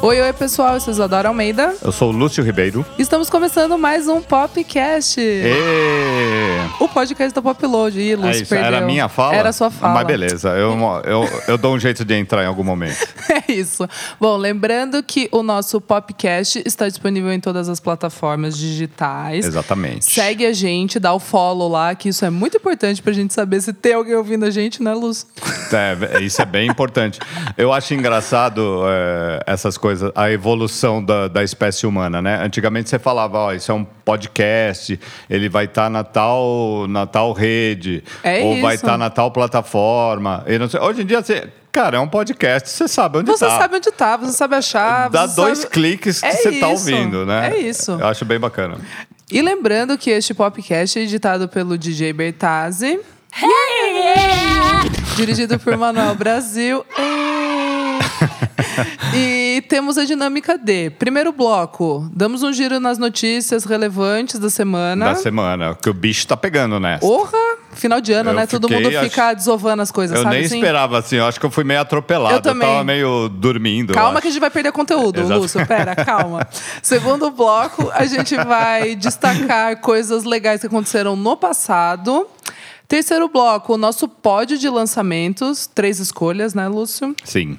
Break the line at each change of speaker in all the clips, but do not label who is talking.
Oi, oi, pessoal. Eu sou Isadora Almeida.
Eu sou o Lúcio Ribeiro.
Estamos começando mais um Popcast.
E...
O podcast da Popload. Ih,
É
Lúcio,
isso,
perdeu.
era a minha fala?
Era a sua fala.
Mas beleza, eu, eu, eu dou um jeito de entrar em algum momento.
É isso. Bom, lembrando que o nosso podcast está disponível em todas as plataformas digitais.
Exatamente.
Segue a gente, dá o follow lá, que isso é muito importante pra gente saber se tem alguém ouvindo a gente, né, Luz?
É, isso é bem importante. Eu acho engraçado é, essas coisas, a evolução da, da espécie humana, né? Antigamente você falava, ó, isso é um podcast, ele vai estar na, tal, na tal rede,
É
ou vai
isso.
estar na tal plataforma. E não sei- Hoje em dia, você, cara, é um podcast, você sabe onde
Você
tá.
sabe onde tá, você sabe achar.
Dá
você
dois
sabe-
cliques que
É
você tá
isso,
ouvindo, né?
é isso. Né?
Eu acho bem bacana.
E lembrando que este podcast é editado pelo DJ Bertazzi, dirigido por Manuel Brasil. É. E temos a dinâmica de primeiro bloco, damos um giro nas notícias relevantes da semana.
Da semana, que o bicho tá pegando nessa.
Porra! Final de ano,
Eu
né? Todo
fiquei,
mundo
acho-
fica desovando as coisas,
eu
sabe?
nem
assim?
esperava assim, eu acho que eu fui meio atropelado.
Eu também.
tava meio dormindo. eu
Calma
acho.
que a gente vai perder conteúdo,
Exato.
Lúcio. Pera, calma. Segundo bloco, a gente vai destacar coisas legais que aconteceram no passado. Terceiro bloco, o nosso pódio de lançamentos. Três escolhas, né, Lúcio?
Sim.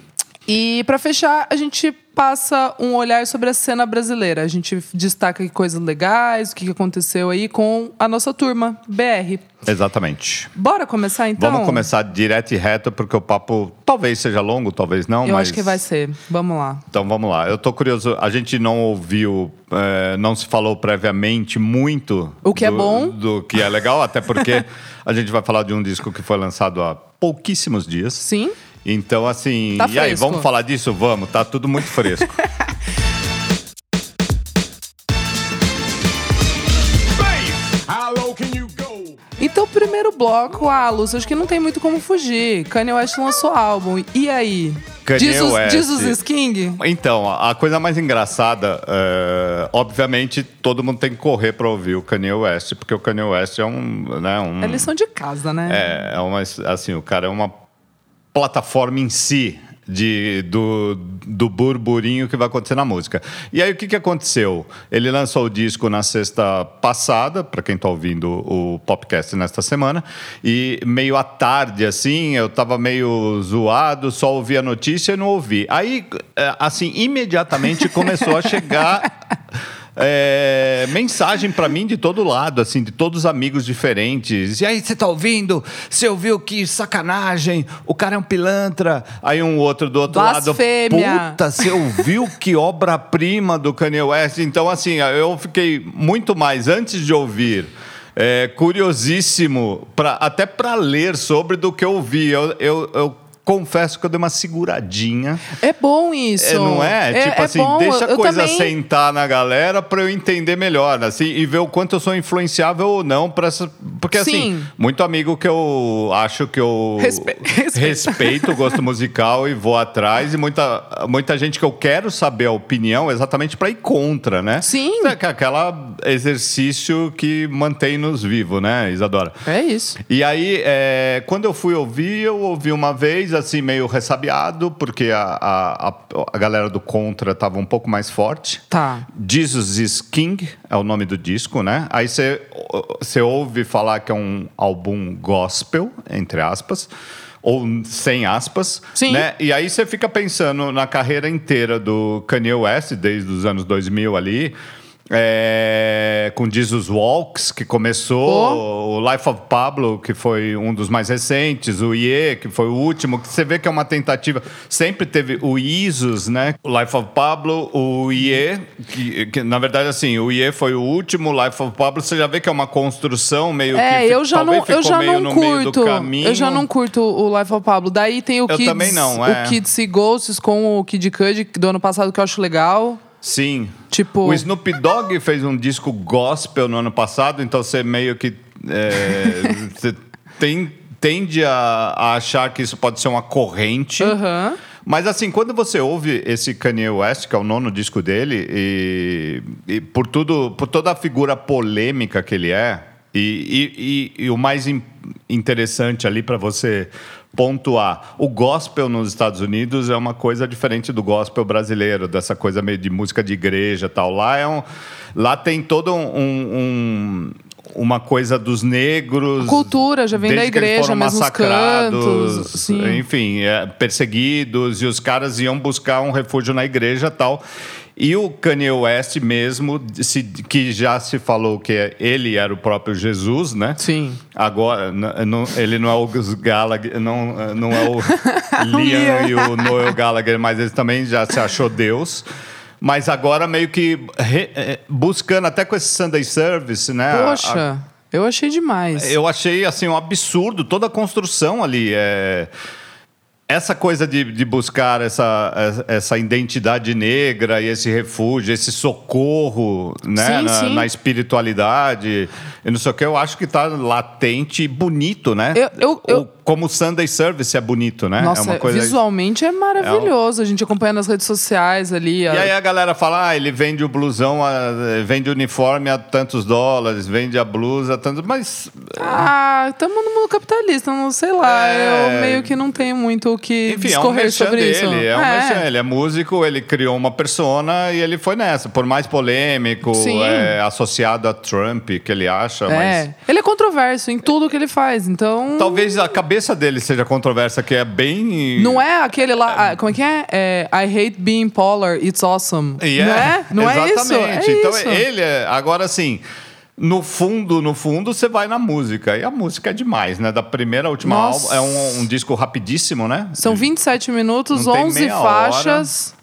E pra fechar, a gente passa um olhar sobre a cena brasileira. A gente destaca aqui coisas legais, o que que aconteceu aí com a nossa turma, BR.
Exatamente.
Bora começar, então?
Vamos começar direto e reto, porque o papo talvez seja longo, talvez não,
Eu
mas.
acho que vai ser. Vamos lá.
Então vamos lá. Eu tô curioso. A gente não ouviu, eh, não se falou previamente muito.
O que é
do-
bom.
Do que é legal, até porque a gente vai falar de um disco que foi lançado há pouquíssimos dias.
Sim?
Então, assim.
Tá
e aí,
fresco.
vamos falar disso? Vamos, tá tudo muito fresco.
How low can you go?
Então, primeiro bloco, ah, Lúcio, acho que não tem muito como fugir. Kanye West lançou álbum. E aí?
Kanye
diz os,
West.
Diz os King?
Então, a a coisa mais engraçada, é, obviamente, todo mundo tem que correr para ouvir o Kanye West, porque o Kanye West é um, né, um
É lição de casa, né?
é, é uma assim, o cara é uma plataforma em si de, do, do burburinho que vai acontecer na música. E aí o que, que aconteceu? Ele lançou o disco na sexta passada, para quem tá ouvindo o podcast nesta semana, e meio à tarde assim, eu tava meio zoado, só ouvi a notícia e não ouvi. Aí eh, assim, imediatamente começou a chegar é, mensagem pra mim de todo lado, assim, de todos os amigos diferentes. E aí, você tá ouvindo? Você ouviu que sacanagem? O cara é um pilantra. Aí um outro do outro
Blasfêmia.
lado. Puta, você ouviu que obra-prima do Kanye West? Então, assim, eu fiquei muito mais antes de ouvir. é, curiosíssimo, pra, até pra ler sobre do que eu vi. Eu, eu- eu confesso que eu dei uma seguradinha.
É, bom isso.
É, não é? tipo assim,
bom.
deixa
Eu
a coisa
também-
sentar na galera pra eu entender melhor, assim, e ver o quanto eu sou influenciável ou não para essa. Porque
Sim.
assim, muito amigo que eu acho que eu
Respe- respeita.
respeito o gosto musical e vou atrás, e muita, muita gente que eu quero saber a opinião exatamente pra ir contra, né?
Sim.
É Aquela exercício que mantém-nos vivo, né, Isadora?
É isso.
E aí, é, quando eu fui ouvir, eu ouvi uma vez, assim, meio ressabiado, porque a, a, a, a galera do Contra tava um pouco mais forte.
Tá.
Jesus is King é o nome do disco, né? Aí você ouve falar que é um álbum gospel, entre aspas, ou sem aspas,
Sim.
né? E aí você fica pensando na carreira inteira do Kanye West, desde os anos 2000 ali, é, com Jesus Walks, que começou, o Life of Pablo, que foi um dos mais recentes, o Ye, que foi o último, que você vê que é uma tentativa. Sempre teve o Isus, né? O Life of Pablo, o Ye, que, que, na verdade, assim, o Ye foi o último, o Life of Pablo, você já vê que é uma construção meio que
É,
fi-
eu já
talvez
não, eu
ficou
já
meio
não
no meio do
curto.
caminho.
Eu já não curto o Life of Pablo. Daí tem o
Eu
Kids,
também não, é.
o Kids e Ghosts com o Kid Cudi do ano passado que eu acho legal.
Sim.
Tipo-
O Snoop Dogg fez um disco gospel no ano passado, então você meio que. é, você tem- tende a, a achar que isso pode ser uma corrente.
Aham.
Mas assim, quando você ouve esse Kanye West, que é o nono disco dele, e, e por tudo, por toda a figura polêmica que ele é, e, e- e- e o mais im- interessante ali para você pontuar. O gospel nos Estados Unidos é uma coisa diferente do gospel brasileiro, dessa coisa meio de música de igreja e tal. Lá, é um, lá tem todo um- um- uma coisa dos negros.
Cultura, já vem da
desde que eles
igreja,
foram
mesmo os
massacrados,
cantos, sim.
enfim, é, perseguidos, e os caras iam buscar um refúgio na igreja e tal. E o Kanye West mesmo, se- que já se falou que é- ele era o próprio Jesus, né?
Sim.
Agora, n- não- ele não é o Gus Gallagher, não, não é o
Liam.
Liam e o Noel Gallagher, mas ele também já se achou Deus. Mas agora meio que re- eh, buscando, até com esse Sunday Service, né? a- a-
Poxa, eu achei demais.
eu achei assim um absurdo toda a construção ali. É... Essa coisa de, de buscar essa, essa identidade negra e esse refúgio, esse socorro né,
Sim,
na,
sim.
na espiritualidade e não sei o que, eu acho que está latente e bonito, né?
Eu- eu- eu-
O- Como o Sunday Service é bonito, né? é
Nossa,
uma coisa
visualmente é maravilhoso. A gente acompanha nas redes sociais ali.
E
a-
aí a galera fala, ah, ele vende o blusão, a- vende o uniforme a tantos dólares, vende a blusa a tantos... Mas
Ah, estamos no mundo capitalista, não sei lá.
É.
Eu meio que não tenho muito o que
Enfim, é um
discorrer
merchan
sobre
dele,
isso.
é um merchan. Ele é músico, ele criou uma persona e ele foi nessa. Por mais polêmico,
Sim.
é, associado a Trump, que ele acha, mas...
É. Ele é controverso em tudo que ele faz, então.
Talvez a cabeça dele seja controversa, que é bem...
Não é aquele lá. ah, como é que é? É, I hate being polar, it's awesome.
E
Não é? Não é isso? É
Exatamente. então
isso.
ele é... Agora, assim... No fundo, no fundo, você vai na música. E a música é demais, né? Da primeira à última
Nossa.
álbum. É um, um disco rapidíssimo, né?
São 27 minutos,
Não tem
11
meia hora.
faixas.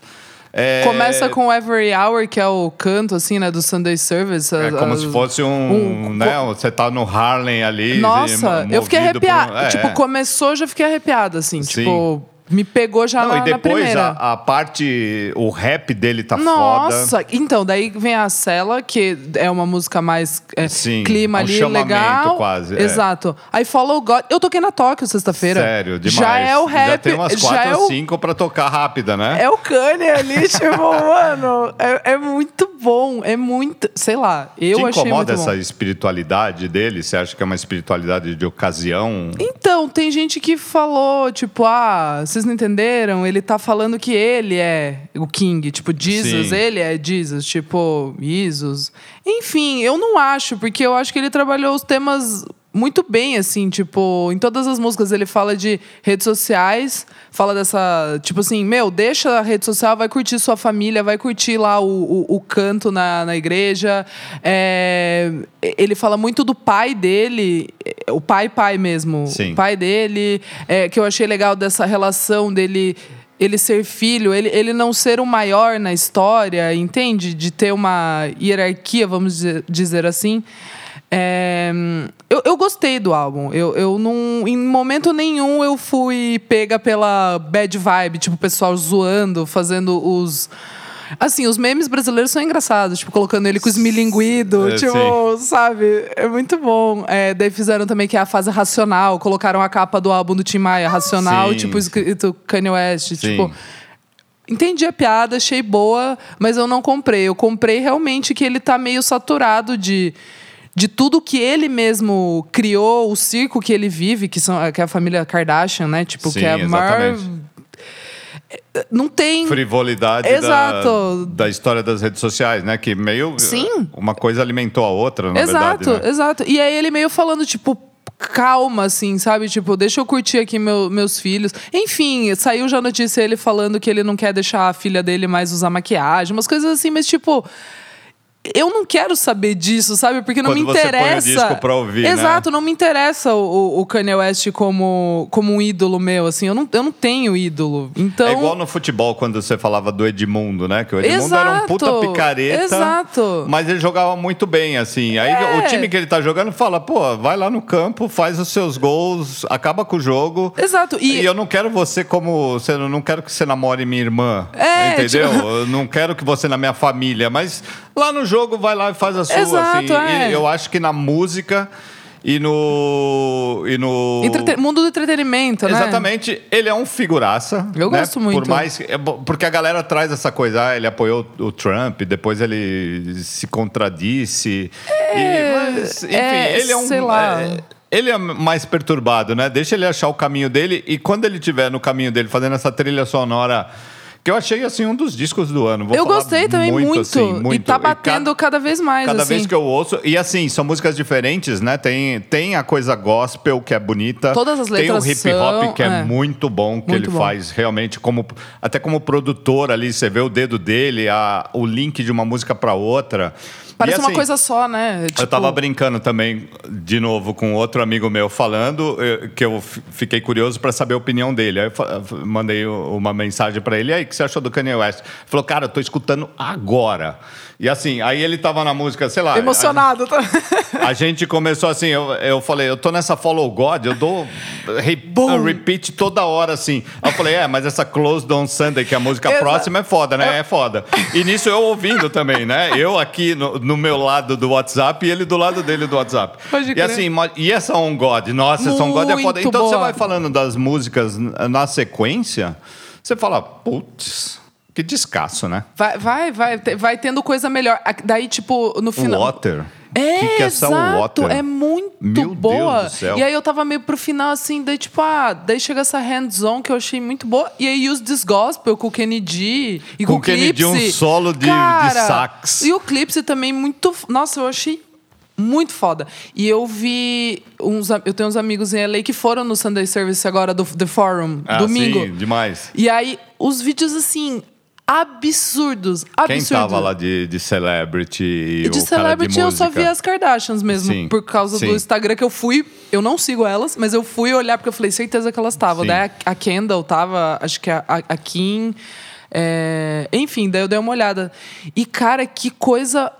É-
Começa com Every Hour, que é o canto, assim, né, do Sunday Service.
É
as-
como
as-
se fosse um.
um-
né, você tá no Harlem ali.
Nossa,
e mo-
eu fiquei
movido por um-
arrepiada.
É,
Tipo,
é.
começou, eu já fiquei arrepiada, assim.
Sim.
Tipo, me pegou já
Não,
na,
e
na
depois
primeira.
a, a parte. O rap dele tá foda.
Nossa, então, daí vem a Cela, que é uma música mais é,
Sim,
clima
é um
ali,
chamamento
legal.
quase, é.
Exato. Aí Follow God. Eu toquei na Tóquio sexta-feira.
Sério, demais.
Já é o rap.
Já tem umas
já
quatro
é
ou
o
cinco pra tocar rápida, né?
É o Kanye ali, tipo, mano, é, é muito bom, é muito, sei lá, eu
Te
achei muito
incomoda essa
bom.
espiritualidade dele? Você acha que é uma espiritualidade de ocasião?
Então, tem gente que falou, tipo, ah, vocês não entenderam? Ele tá falando que ele é o King, tipo, Jesus,
Sim.
ele é Jesus, tipo, Jesus. Enfim, eu não acho, porque eu acho que ele trabalhou os temas muito bem, assim, tipo, em todas as músicas ele fala de redes sociais, fala dessa, tipo assim, meu, deixa a rede social, vai curtir sua família, vai curtir lá o, o, o canto na, na igreja. É, ele fala muito do pai dele, é, o pai, pai mesmo, o
Sim.
pai dele, é, que eu achei legal dessa relação dele ele ser filho, ele, ele não ser o maior na história, entende? De ter uma hierarquia, vamos dizer, dizer assim. É, eu, eu gostei do álbum. Eu, eu não, em momento nenhum eu fui pega pela bad vibe, tipo, o pessoal zoando, fazendo os. Assim, os memes brasileiros são engraçados, tipo, colocando ele com os milinguido,
É,
tipo,
sim.
sabe? É muito bom. É, daí fizeram também que é a fase racional, colocaram a capa do álbum do Tim Maia, racional,
Sim.
tipo, escrito Kanye West.
Sim.
Tipo, entendi a piada, achei boa, mas eu não comprei. Eu comprei realmente que ele tá meio saturado de. De tudo que ele mesmo criou, o circo que ele vive, que, são, que é a família Kardashian, né? Tipo,
Sim,
que é a maior.
exatamente.
Não tem.
Frivolidade
Exato.
Da, da história das redes sociais, né? Que meio.
Sim.
Uma coisa alimentou a outra, na
exato,
verdade. né?
exato. E aí ele meio falando, tipo, calma, assim, sabe? Tipo, deixa eu curtir aqui meu- meus filhos. Enfim, saiu já a notícia ele falando que ele não quer deixar a filha dele mais usar maquiagem, umas coisas assim, mas tipo. Eu não quero saber disso, sabe? Porque não
Quando
me
você põe o
interessa.
disco pra ouvir, né?
Exato, não me interessa o, o Kanye West como, como um ídolo meu, assim. Eu não, eu não tenho ídolo. Então.
É igual no futebol, quando você falava do Edmundo, né? Que o Edmundo era um
Exato,
puta picareta.
exato.
Mas ele jogava muito bem, assim. Aí
É.
o time que ele tá jogando fala, pô, vai lá no campo, faz os seus gols, acaba com o jogo.
Exato,
E,
e-
eu não quero você como. Você, eu não quero que você namore minha irmã.
É,
entendeu?
tipo-
Eu não quero que você na minha família. Mas lá no jogo, vai lá e faz a sua.
Exato,
assim.
é.
E eu acho que na música e no. E no.
entrete- Mundo do entretenimento, né?
Exatamente. Ele é um figuraça.
Eu
né?
gosto muito.
Por mais que- é bo- porque a galera traz essa coisa, ah, ele apoiou o Trump, depois ele se contradisse. E- mas, enfim,
é,
ele é um.
sei lá.
é- Ele é mais perturbado, né? Deixa ele achar o caminho dele e quando ele estiver no caminho dele fazendo essa trilha sonora que eu achei assim um dos discos do ano. Vou
eu
falar
gostei também muito.
assim,
E
muito.
tá
cada-
batendo cada, vez mais.
Cada
assim.
vez que eu ouço. E assim, são músicas diferentes, né? Tem, tem a coisa gospel que é bonita.
Todas as letras
Tem o hip hop
são,
que é,
é.
muito bom, que
Muito
ele
bom.
faz realmente como. Até como produtor ali, você vê o dedo dele, a, o link de uma música para outra.
Parece
E,
uma
assim,
coisa só, né? Tipo,
eu tava brincando também, de novo, com outro amigo meu falando, eh, que eu f- fiquei curioso para saber a opinião dele. Aí eu fa- f- mandei o- uma mensagem para ele, e aí, o que você achou do Kanye West? Ele falou, cara, eu tô escutando agora. E assim, aí ele tava na música, sei lá...
Emocionado.
Ah,
tá?
A, a gente começou assim, eu, eu falei, eu tô nessa Follow God, eu dou re-
Bom.
repeat toda hora, assim. Aí eu falei, é, mas essa Closed on Sunday, que é a música
Exato.
próxima, é foda, né? É foda. E nisso eu ouvindo também, né? Eu aqui no, no meu lado do WhatsApp e ele do lado dele do WhatsApp.
Pode
e
crer.
assim, mo- e essa On God? Nossa, essa On God é foda.
Muito
Então você
boa.
vai falando das músicas n- na sequência, você fala, putz, que descasso, né?
Vai, vai, vai, te- vai tendo coisa melhor. A- Daí, tipo, no final.
Water.
É,
Que que é essa
exato.
Water?
É muito
Meu
boa.
Deus do céu.
E aí eu tava meio pro final, assim, daí, tipo, ah, daí chega essa hands-on que eu achei muito boa. E aí Use This Gospel com o Kennedy e com,
Com o Kenny G,
Clipsy.
um solo de- de
Cara,
sax.
E o Clipsy também muito. f- Nossa, eu achei. Muito foda. E eu vi. Uns, a- eu tenho uns amigos em LA que foram no Sunday Service agora do The Forum,
Ah,
domingo.
Sim, demais.
E aí, os vídeos assim, absurdos.
Quem
absurdos.
tava lá de, de celebrity
E
e
de
o cara de
celebrity
música?
eu só assim, vi as Kardashians mesmo,
Sim,
por causa
sim.
do Instagram que eu fui. Eu não sigo elas, mas eu fui olhar porque eu falei, certeza que elas estavam.
Sim.
Daí a, a Kendall tava, acho que a, a- a Kim. é, enfim, daí eu dei uma olhada. E cara, que coisa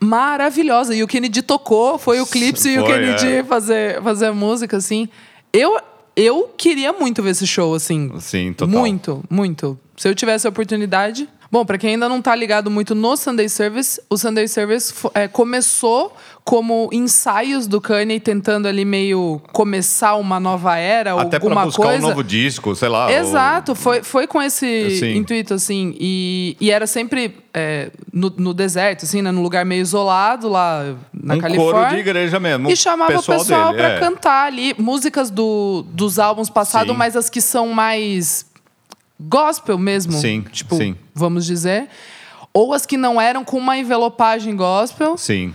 maravilhosa. E o Kennedy tocou, foi o Clipse e o
Foi,
Kennedy
é.
fazer, fazer a música, assim. Eu, eu queria muito ver esse show, assim.
Sim, total.
Muito, muito. Se eu tivesse a oportunidade. Bom, para quem ainda não tá ligado muito no Sunday Service, o Sunday Service fo- eh, começou como ensaios do Kanye tentando ali meio começar uma nova era,
Até pra
alguma
buscar
coisa.
um novo disco, sei lá.
Exato, foi, foi com esse
Assim.
intuito, assim. E, e era sempre eh, no, no deserto, assim, né? Num lugar meio isolado lá na
Um
Califórnia.
coro de igreja mesmo,
E
o
chamava
pessoal
o pessoal
dele,
pra
é.
cantar ali músicas do, dos álbuns passados,
Sim.
mas as que são mais gospel mesmo.
Sim,
Tipo,
sim.
vamos dizer. Ou as que não eram com uma envelopagem gospel.
O... Sim.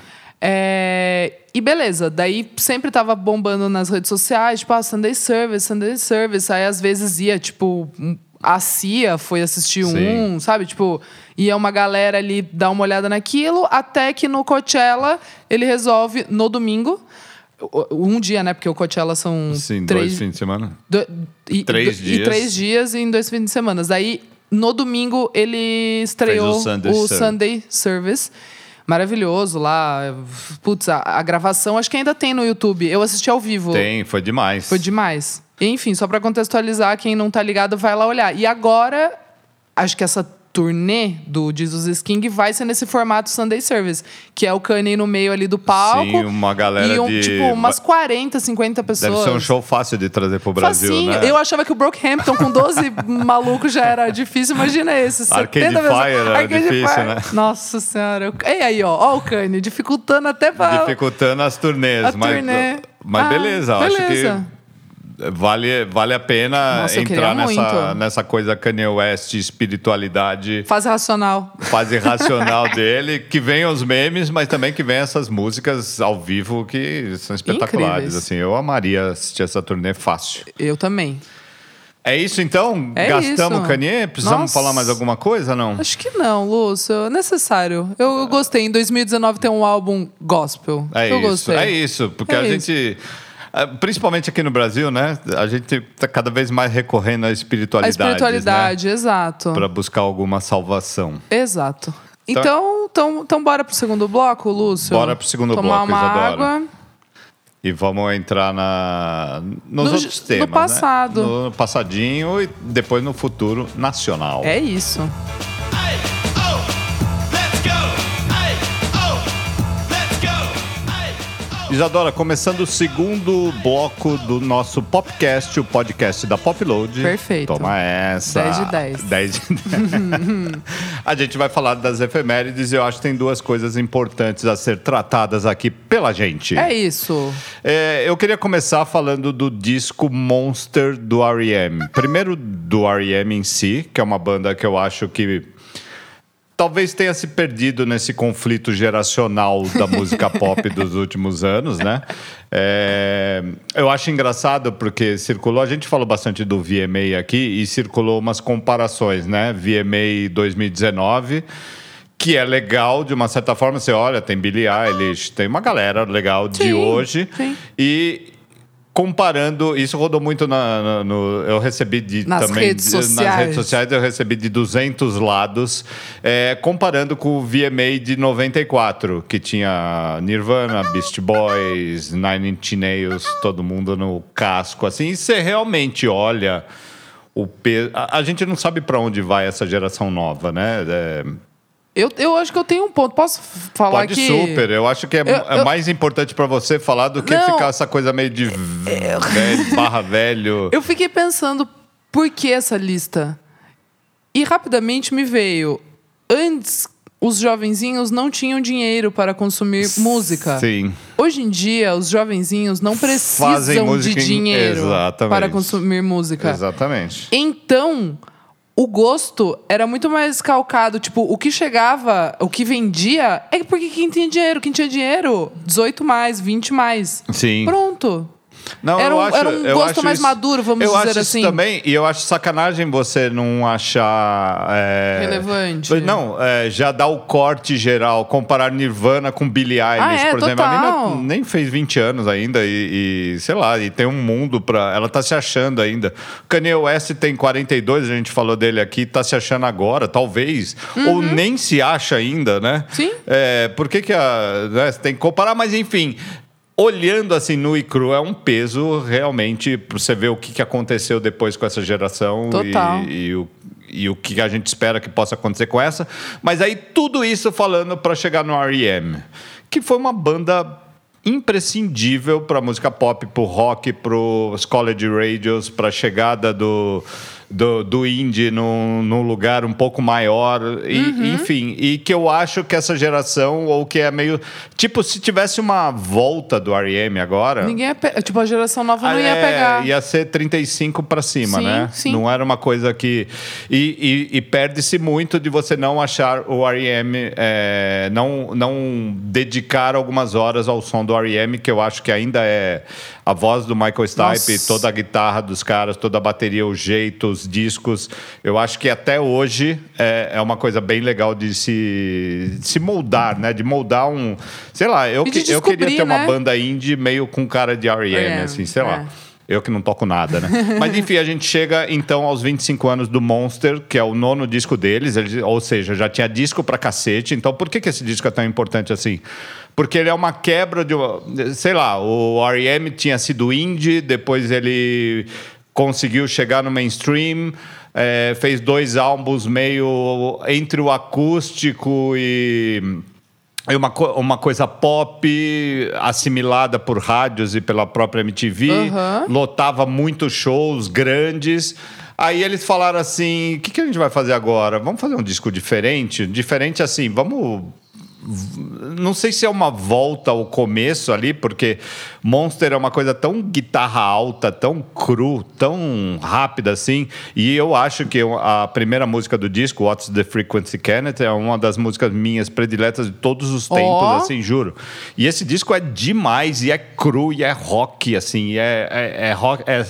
É, E beleza, daí sempre tava bombando nas redes sociais, tipo, ah, Sunday Service, Sunday Service. Aí às vezes ia, tipo, um- a CIA foi assistir
Sim.
um, sabe? Tipo, ia uma galera ali dar uma olhada naquilo, até que no Coachella ele resolve, no domingo, o- um dia, né? Porque o Coachella são
Sim,
três,
dois fins de semana.
do- e,
Três
e-
dias.
E três dias em dois fins de semana. Daí, no domingo, ele estreou
Fez o Sunday Service.
Sunday Service. Maravilhoso lá. Putz, a, a gravação acho que ainda tem no YouTube. Eu assisti ao vivo.
Tem, foi demais.
Foi demais. Enfim, só pra contextualizar, quem não tá ligado vai lá olhar. E agora, acho que essa turnê do Jesus is King vai ser nesse formato Sunday Service, que é o Kanye no meio ali do palco.
uma galera
e um,
de-
tipo umas 40, 50 pessoas.
Deve ser um show fácil de trazer pro Brasil,
Facinho.
né?
Eu achava que o Brockhampton com 12 malucos já era difícil. Imagina esse. 70
Arcade
pessoas.
Fire era difícil, né?
Nossa senhora. eu- E aí, ó. Ó o Kanye, dificultando até pra...
Dificultando as turnês.
A
mas
turnê.
mas
Ah,
beleza, eu acho
beleza.
que vale, vale a pena
Nossa, eu queria
entrar nessa,
muito.
nessa coisa Kanye West, espiritualidade.
Fase racional.
fase racional dele, que vem os memes, mas também que vem essas músicas ao vivo que são espetaculares.
Incríveis.
Assim, eu amaria assistir essa turnê fácil.
Eu também.
É isso então?
É
Gastamos o
isso.
Kanye? Precisamos
Nossa.
falar mais alguma coisa, não?
Acho que não, Lúcio. É necessário. Eu, eu gostei. Em 2019 tem um álbum gospel.
É
eu
isso.
gostei.
É isso, porque
É
a
isso.
gente. ah, Principalmente aqui no Brasil, né? A gente está cada vez mais recorrendo à
A
espiritualidade. né?
espiritualidade, exato.
Para buscar alguma salvação.
Exato.
Então-
Então, então, então, bora pro segundo bloco, Lúcio?
Bora pro segundo
Tomar
bloco,
uma
Isadora.
água.
E vamos entrar na, nos
No-
outros
no
temas. né?
passado.
No passadinho e depois no futuro nacional.
É isso.
Ay, oh, let's go. Ay, oh, let's go. Ay, oh.
Isadora, começando o segundo bloco do nosso podcast, o podcast da Popload.
Perfeito.
Toma essa.
10 de 10.
10 de 10. a gente vai falar das efemérides e eu acho que tem duas coisas importantes a ser tratadas aqui pela gente.
É isso.
É, eu queria começar falando do disco Monster do R.E.M. Primeiro do R.E.M. em si, que é uma banda que eu acho que talvez tenha se perdido nesse conflito geracional da música pop dos últimos anos, né? É, eu acho engraçado porque circulou, a gente falou bastante do VMA aqui e circulou umas comparações, né? VMA 2019 que é legal de uma certa forma. Você olha, tem Billie Eilish, tem uma galera legal de
Sim,
hoje.
sim.
E comparando, isso rodou muito na, na- no, eu recebi de
Nas
também
redes
de- nas
sociais.
redes sociais eu recebi de 200 lados, é, comparando com o VMA de 94, que tinha Nirvana, Beast Boys, Nine Inch Nails, todo mundo no casco assim. E você realmente olha o peso, a, a gente não sabe para onde vai essa geração nova, né? É,
Eu, eu acho que eu tenho um ponto. Posso f- falar
Pode
que...
super. Eu acho que é, é
eu-
mais importante pra você falar do que
Não. É,
ficar essa coisa meio de velho, barra velho.
Eu fiquei pensando por que essa lista. E rapidamente me veio. Antes, os jovenzinhos não tinham dinheiro para consumir música.
Sim.
Hoje em dia, os jovenzinhos não
Fazem
precisam de
música em-
dinheiro
Exatamente.
para consumir música.
Exatamente.
Então, o gosto era muito mais calcado. Tipo, o que chegava, o que vendia, é porque quem tinha dinheiro, quem tinha dinheiro, 18 mais, 20 mais.
Sim.
Pronto.
Não,
um- Era
eu
um-
acho-
era um
eu
gosto
acho
mais
isso-
maduro, vamos
eu
dizer
acho isso
assim.
também, e eu acho sacanagem você não achar... é,
Relevante.
Não, é, já dá o corte geral, comparar Nirvana com Billie Eilish,
é,
por exemplo. A
total.
mina nem fez 20 anos ainda e, e, sei lá, e tem um mundo pra... Ela tá se achando ainda. Kanye West tem 42, a gente falou dele aqui, tá se achando agora, talvez. Ou nem se acha ainda, né?
Uhum. Sim.
É, por que que a... né, você tem que comparar, mas enfim... Olhando assim nu e cru, é um peso realmente pra você ver o que que aconteceu depois com essa geração
Total.
e, e o, e o que a gente espera que possa acontecer com essa. Mas aí tudo isso falando para chegar no R.E.M., que foi uma banda imprescindível para música pop, para rock, para os college radios, para a chegada do, do, do indie num, num lugar um pouco maior, e, enfim, e que eu acho que essa geração, ou que é meio... Tipo, se tivesse uma volta do R.E.M. agora...
Ninguém ia pe... Tipo, a geração nova não ia
É,
pegar.
Ia ser 35 para cima,
Sim,
né?
sim.
Não era uma coisa que. E, e- e perde-se muito de você não achar o R.E.M. é, não, não dedicar algumas horas ao som do R.E.M., que eu acho que ainda é a voz do Michael Stipe,
Nossa.
toda a guitarra dos caras, toda a bateria, o jeito, os discos. Eu acho que até hoje é, é uma coisa bem legal de se, de se moldar, né? De moldar um. Sei lá, eu,
E de
que- eu queria
descobrir,
ter uma
né?
banda indie meio com cara de R.E.M.
É,
assim, sei lá.
é.
Eu que não toco nada, né? Mas enfim, a gente chega então aos 25 anos do Monster, que é o nono disco deles, eles- ou seja, já tinha disco pra cacete. Então por que, que esse disco é tão importante assim? Porque ele é uma quebra de. uma- Sei lá, o R.E.M. tinha sido indie, depois ele conseguiu chegar no mainstream, eh, fez dois álbuns meio entre o acústico e. É uma, co- uma coisa pop assimilada por rádios e pela própria MTV,
Aham.
lotava muitos shows grandes. Aí eles falaram assim: o que, que a gente vai fazer agora? Vamos fazer um disco diferente? Diferente assim, vamos. Não sei se é uma volta ao começo ali, porque Monster é uma coisa tão guitarra alta, tão cru, tão rápida assim. E eu acho que a primeira música do disco, What's the Frequency Kenneth, é uma das músicas minhas prediletas de todos os tempos,
Ó.
assim assim, juro. E esse disco é demais, e é cru, e é rock, assim, e é, é, é rock. É,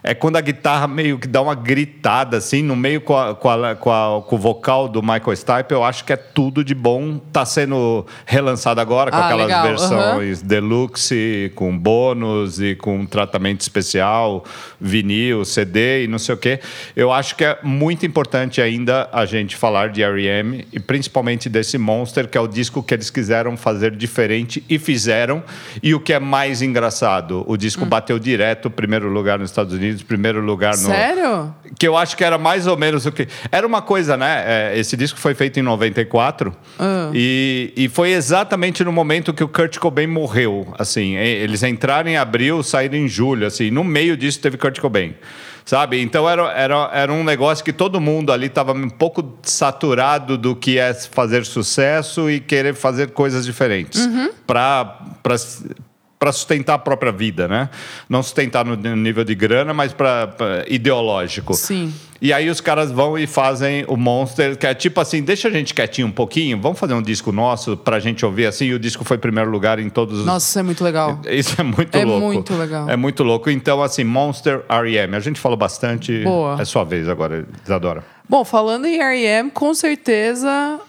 é quando a guitarra meio que dá uma gritada, assim, no meio com, a- com, a- com a- com o vocal do Michael Stipe, eu acho que é tudo de bom. Tá sendo relançado agora com
Ah,
aquelas
legal,
versões deluxe, com bônus e com um tratamento especial, vinil, CD e não sei o quê. Eu acho que é muito importante ainda a gente falar de R.E.M. e principalmente desse Monster, que é o disco que eles quiseram fazer diferente e fizeram. E o que é mais engraçado, o disco bateu direto, primeiro lugar nos Estados Unidos, de primeiro lugar no.
Sério?
Que eu acho que era mais ou menos o que. Era uma coisa, né? É, Esse disco foi feito em 94 e, e foi exatamente no momento que o Kurt Cobain morreu. Assim, e- eles entraram em abril, saíram em julho. Assim, no meio disso teve Kurt Cobain. Sabe? Então era, era, era um negócio que todo mundo ali estava um pouco saturado do que é fazer sucesso e querer fazer coisas diferentes para para sustentar a própria vida, né? Não sustentar no nível de grana, mas para ideológico.
Sim.
E aí os caras vão e fazem o Monster, que é tipo assim, deixa a gente quietinho um pouquinho, vamos fazer um disco nosso pra gente ouvir assim, e o disco foi primeiro lugar em todos os...
Nossa, isso é muito legal.
Isso é muito
É
louco.
muito legal.
É muito louco. Então, assim, Monster R.E.M. A gente falou bastante.
Boa.
É sua vez agora, Isadora.
Bom, falando em R.E.M., com certeza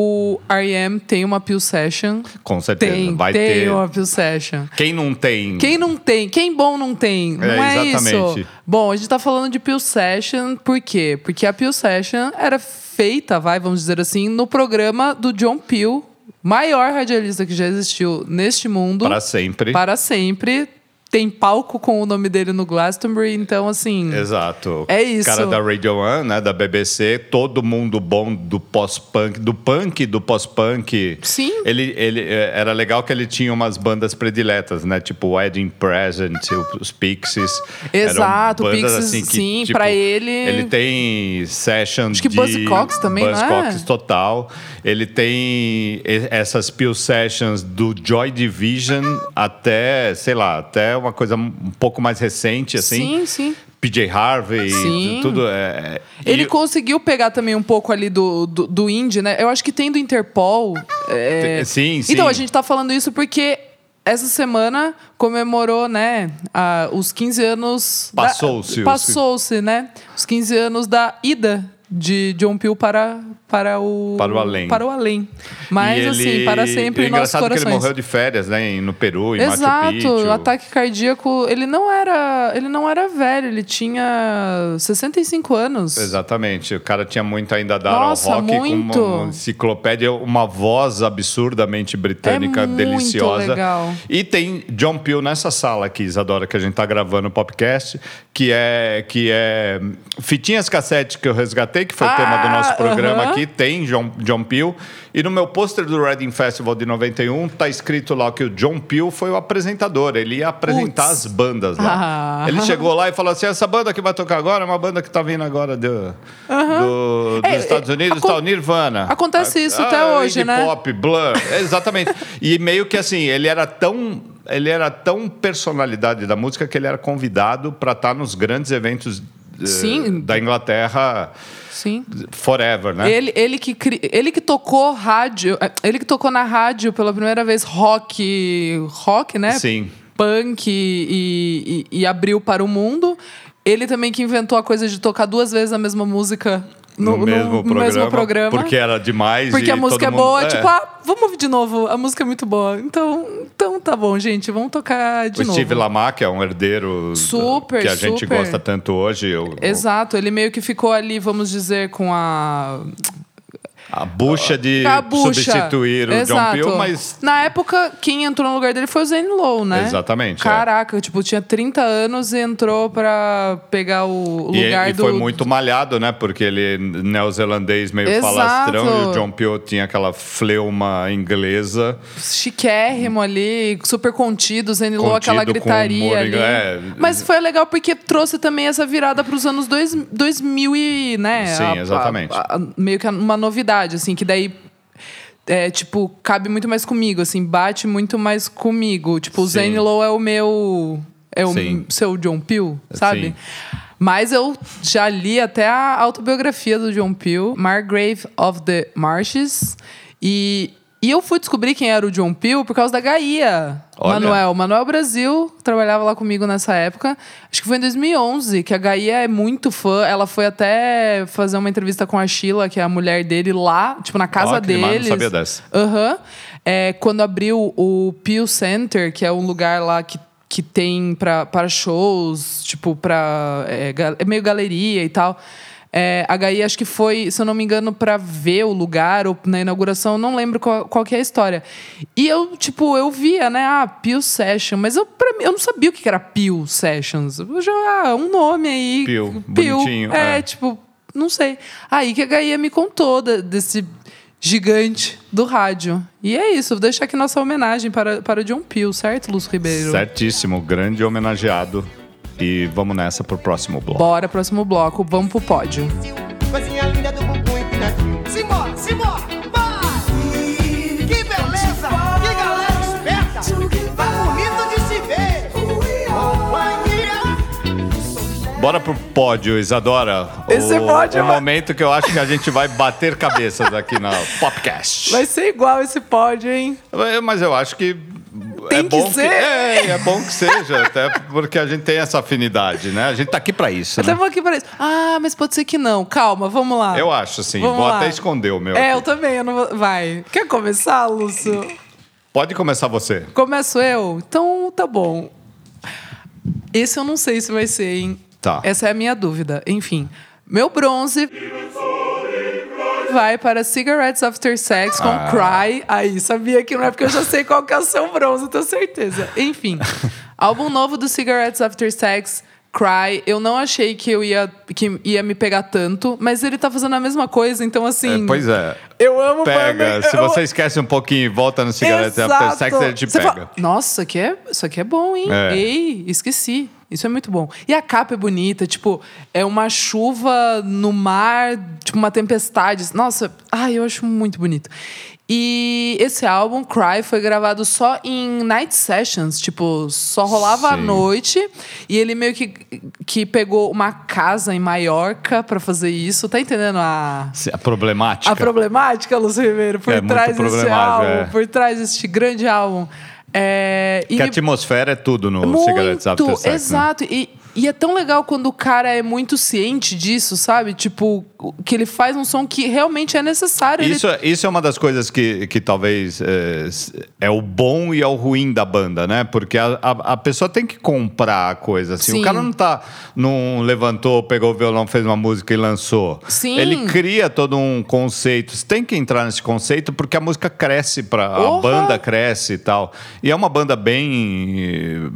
o R.E.M. tem uma Pill Session.
Com certeza.
Tem,
Vai
tem
ter.
uma Pill Session.
Quem não tem...
Quem não tem, quem bom não tem. Não é,
exatamente.
isso. Bom, a gente tá falando de Pill Session, por quê? Porque a Pill Session era feita, vai, vamos dizer assim, no programa do John Peel, maior radialista que já existiu neste mundo.
Para sempre.
Para sempre. Tem palco com o nome dele no Glastonbury, então assim.
Exato.
É
O Cara
isso.
da Radio One, né, da BBC, todo mundo bom do pós-punk, do punk, do pós-punk.
Sim.
Ele, ele eh, era legal que ele tinha umas bandas prediletas, né, tipo Wedding Present, o- os Pixies. Eram
Exato,
bandas, assim, tipo,
Pixies, sim, pra ele-
Ele tem session
Acho que
de
Buzzcocks também, não é?
Buzzcocks total. Ele tem e- essas Peel Sessions do Joy Division até, sei lá, até uma coisa um pouco mais recente, assim.
Sim, sim.
PJ Harvey,
Sim.
tudo. É,
Ele
e-
conseguiu pegar também um pouco ali do, do, do indie, né? Eu acho que tem do Interpol. é-
Tem- sim, sim.
Então, a gente tá falando isso porque essa semana comemorou, né, a- os 15 anos... da-
Passou-se os-
Passou-se, né? Os 15 anos da ida de John Peel para, para o...
Para o além.
Para o além. Mas,
e
assim,
ele-
para sempre
e é
em nossos
engraçado
corações.
que ele morreu de férias, né? em- No Peru, em Machu
Exato,
Picchu.
ataque cardíaco. Ele não era, ele não era velho, ele tinha 65 anos.
Exatamente. O cara tinha muito ainda a dar
Nossa,
ao rock
muito.
com uma, uma enciclopédia, uma voz absurdamente britânica,
É muito
deliciosa.
legal.
E tem John Peel nessa sala aqui, Isadora, que a gente tá gravando o podcast, que é que é fitinhas cassete que eu resgatei, que foi o tema do
Ah,
nosso programa
aham.
aqui, tem John, John Peel. E no meu pôster do Reading Festival de 91 tá escrito lá que o John Peel foi o apresentador, ele ia apresentar
Putz.
as bandas
Ah.
lá. Ele chegou lá e falou assim: essa banda que vai tocar agora é uma banda que tá vindo agora do, do- dos
É, é,
Estados Unidos,
acon-
tal, Nirvana. Ah,
acontece isso até hoje,
indie
né?
Pop, Blur, é, exatamente. e meio que assim, ele era tão. Ele era tão personalidade da música que ele era convidado para estar nos grandes eventos eh,
Sim.
da Inglaterra
Sim.
forever, né?
Ele, ele, que cri- ele que tocou rádio, eh, ele que tocou na rádio pela primeira vez rock, rock, né?
Sim.
Punk e, e- e abriu para o mundo. Ele também que inventou a coisa de tocar duas vezes a mesma música no, no- no mesmo programa.
Porque era demais.
Porque
e
a música é
todo mundo-
boa,
é.
tipo, ah, vamos ouvir de novo, a múca é muito boa. Então, então tá bom, gente, vamos tocar de
O
novo.
Steve Lamar, que é um herdeiro
Super,
que a gente
super.
gosta tanto hoje, o-
Exato, ele meio que ficou ali, vamos dizer, com a
a bucha de
Com a bucha.
substituir o
Exato.
John Peel, mas
Na época, quem entrou no lugar dele foi o Zane Lowe, né?
Exatamente, é.
Caraca, tipo, tinha 30 anos e entrou pra pegar o
e, é,
lugar
e
do...
foi muito malhado, né? Porque ele neozelandês meio
Exato.
falastrão e o John Peel tinha aquela fleuma inglesa.
chiquérrimo ali, super contido, Zane Lowe,
Contido
aquela
com humor,
gritaria ali.
é.
Mas foi legal porque trouxe também essa virada pros anos dois, 2000 e, né?
Sim, exatamente.
a- a- meio que uma novidade, assim, que daí... É, tipo, cabe muito mais comigo, assim, bate muito mais comigo. Tipo, o
Sim.
Zane Lowe é o meu... É o
Sim.
seu John Peel, sabe?
Sim.
Mas eu já li até a autobiografia do John Peel, Margrave of the Marshes. E, e eu fui descobrir quem era o John Peel por causa da Gaia.
Olha.
Manuel. Manuel Brasil trabalhava lá comigo nessa época. Acho que foi em 2011, que a Gaia é muito fã. Ela foi até fazer uma entrevista com a Sheila, que é a mulher dele, lá, tipo, na casa
Ó, que demais,
deles.
não sabia dessa.
Aham. É, quando abriu o Peel Center, que é um lugar lá que, que tem pra- para shows, tipo, para. É, ga- é meio galeria e tal. É, a Gaí, acho que foi, se eu não me engano, pra ver o lugar ou na inauguração, eu não lembro qual, qual que é a história. E eu, tipo, eu via, né? Ah, Peel Session, mas eu, pra mim, eu não sabia o que que era Peel Sessions. Eu já, ah, um nome aí.
Peel, bonitinho,
É,
é.
tipo, não sei. Aí que a Gaia me contou da- desse gigante do rádio. E é isso, vou deixar aqui nossa homenagem para, para o John Peel, certo, Lúcio Ribeiro?
Certíssimo, grande homenageado. E vamos nessa pro próximo bloco.
Bora, próximo bloco, vamos pro pódio.
oh. Coisinha linda do bumbum empinadinho. Simbora, simbora, vai! Que beleza, que galera esperta! Tá bonito de se ver! Companhia!
Bora pro pódio, Isadora.
Esse
o,
pódio
o
vai-
momento que eu acho que a gente vai bater cabeças aqui na podcast.
Vai ser igual esse pódio, hein?
É, Mas eu acho que
Tem
é
que
bom
ser.
é, é bom que seja, até porque a gente tem essa afinidade, né? A gente tá aqui pra isso, né?
Estamos aqui para isso. Ah, mas pode ser que não. Calma, vamos lá.
Eu acho, assim.
Vamos
vou
lá.
até esconder o meu.
É, eu
aqui.
também. Eu não vou... Vai. Quer começar, Lúcio?
Pode começar você.
Começo eu? Então tá bom. Esse eu não sei se vai ser, hein?
Tá.
Essa é a minha dúvida. Enfim, meu bronze vai para Cigarettes After Sex com
Ah.
Cry. Aí, sabia que não é porque eu já sei qual que é o seu bronze, tenho certeza. Enfim, álbum novo do Cigarettes After Sex. Cry, eu não achei que eu ia que ia me pegar tanto, mas ele tá fazendo a mesma coisa, então assim.
É, pois é.
Eu amo
Pega.
banda-
Se
eu-
você esquece um pouquinho e volta no cigarete after é sex, ele te
você
pega.
fala, Nossa, isso aqui, é, isso aqui é bom, hein?
É.
Ei, esqueci. Isso é muito bom. E a capa é bonita, tipo, é uma chuva no mar, tipo uma tempestade. Nossa, ai, eu acho muito bonito. E esse álbum, Cry, foi gravado só em night sessions, tipo, só rolava à
Sim.
noite. E ele meio que, que pegou uma casa em Maiorca pra fazer isso. Tá entendendo a,
A problemática.
a problemática, Lúcio Ribeiro, por
É, muito
trás desse
problemática,
álbum,
é.
por trás deste grande álbum. É, e
Que a atmosfera é tudo no Cigarettes After
muito,
Sex. né?
exato. E, e é tão legal quando o cara é muito ciente disso, sabe? Tipo, o- que ele faz um som que realmente é necessário. Ele-
Isso, é- isso é uma das coisas que, que talvez é, s- é o bom e é o ruim da banda, né? Porque a, a, a pessoa tem que comprar a coisa. Assim.
Sim.
O cara não tá. Não levantou, pegou o violão, fez uma música e lançou.
Sim.
Ele cria todo um conceito. Você tem que entrar nesse conceito porque a música cresce, pra, a
Porra!
banda cresce e tal. E é uma banda bem.